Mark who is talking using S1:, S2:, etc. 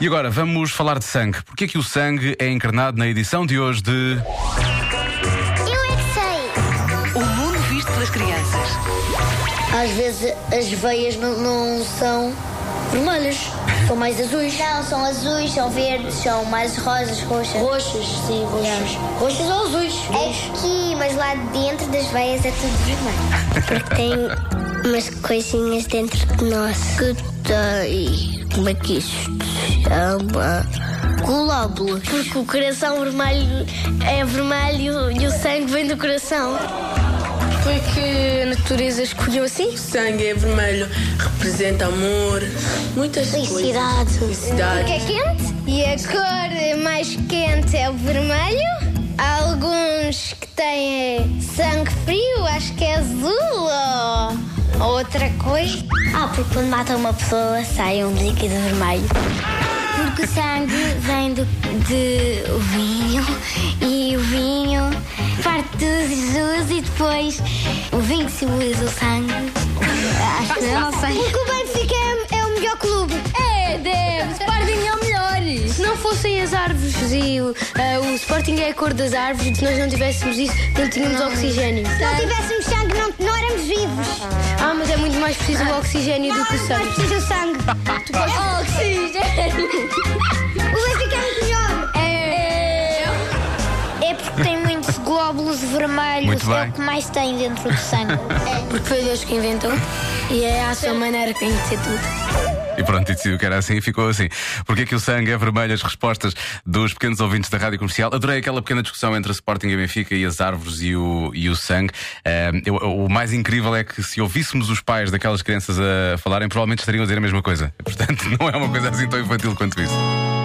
S1: E agora vamos falar de sangue. Porquê que o sangue é encarnado na edição de hoje de.
S2: Eu é que sei.
S3: O mundo visto pelas crianças.
S4: Às vezes as veias não, não são vermelhas, são mais azuis.
S2: Não, são azuis, são verdes, são mais rosas, roxas.
S4: Roxas, sim, roxas. Roxas ou azuis?
S2: Aqui, mas lá dentro das veias é tudo vermelho.
S5: Porque tem umas coisinhas dentro de nós que tem. Como é que isso se chama? Glóbulos. Porque o coração vermelho é vermelho e o sangue vem do coração. Foi que a natureza escolheu assim?
S6: Sangue é vermelho, representa amor, muitas
S2: é
S6: coisas.
S5: Felicidade.
S6: Felicidade.
S5: quente? E a cor mais quente é o vermelho. Há alguns que têm sangue frio, acho que é azul ou outra coisa.
S2: Ah, porque quando matam uma pessoa sai um líquido vermelho. Porque o sangue vem do, de o vinho e o vinho parte dos Jesus e depois o vinho se usa o sangue. Acho que não, não sei.
S5: Porque o Benfica é, é o melhor clube. É, deve. Sporting é o melhor. Se não fossem as árvores e o, eh, o Sporting é a cor das árvores, se nós não tivéssemos isso, não tínhamos oxigênio.
S4: Se não tivéssemos sangue, não, não éramos vivos.
S5: Ah, mas é muito mais preciso o oxigênio do que o sangue.
S4: preciso de sangue.
S5: Oxigênio!
S4: O Benfica é muito melhor.
S5: É.
S2: É porque tem muitos glóbulos vermelhos,
S1: Muito
S2: é
S1: bem.
S2: o que mais tem dentro do sangue.
S5: Porque foi Deus que inventou e é à sua maneira que tem de ser tudo.
S1: E pronto, e decidiu que era assim e ficou assim. Porquê que o sangue é vermelho? As respostas dos pequenos ouvintes da rádio comercial. Adorei aquela pequena discussão entre Sporting e Benfica e as árvores e o, e o sangue. Ahm, eu- o mais incrível é que se ouvíssemos os pais daquelas crianças a falarem, provavelmente estariam a dizer a mesma coisa. Portanto, não é uma coisa assim tão infantil quanto isso.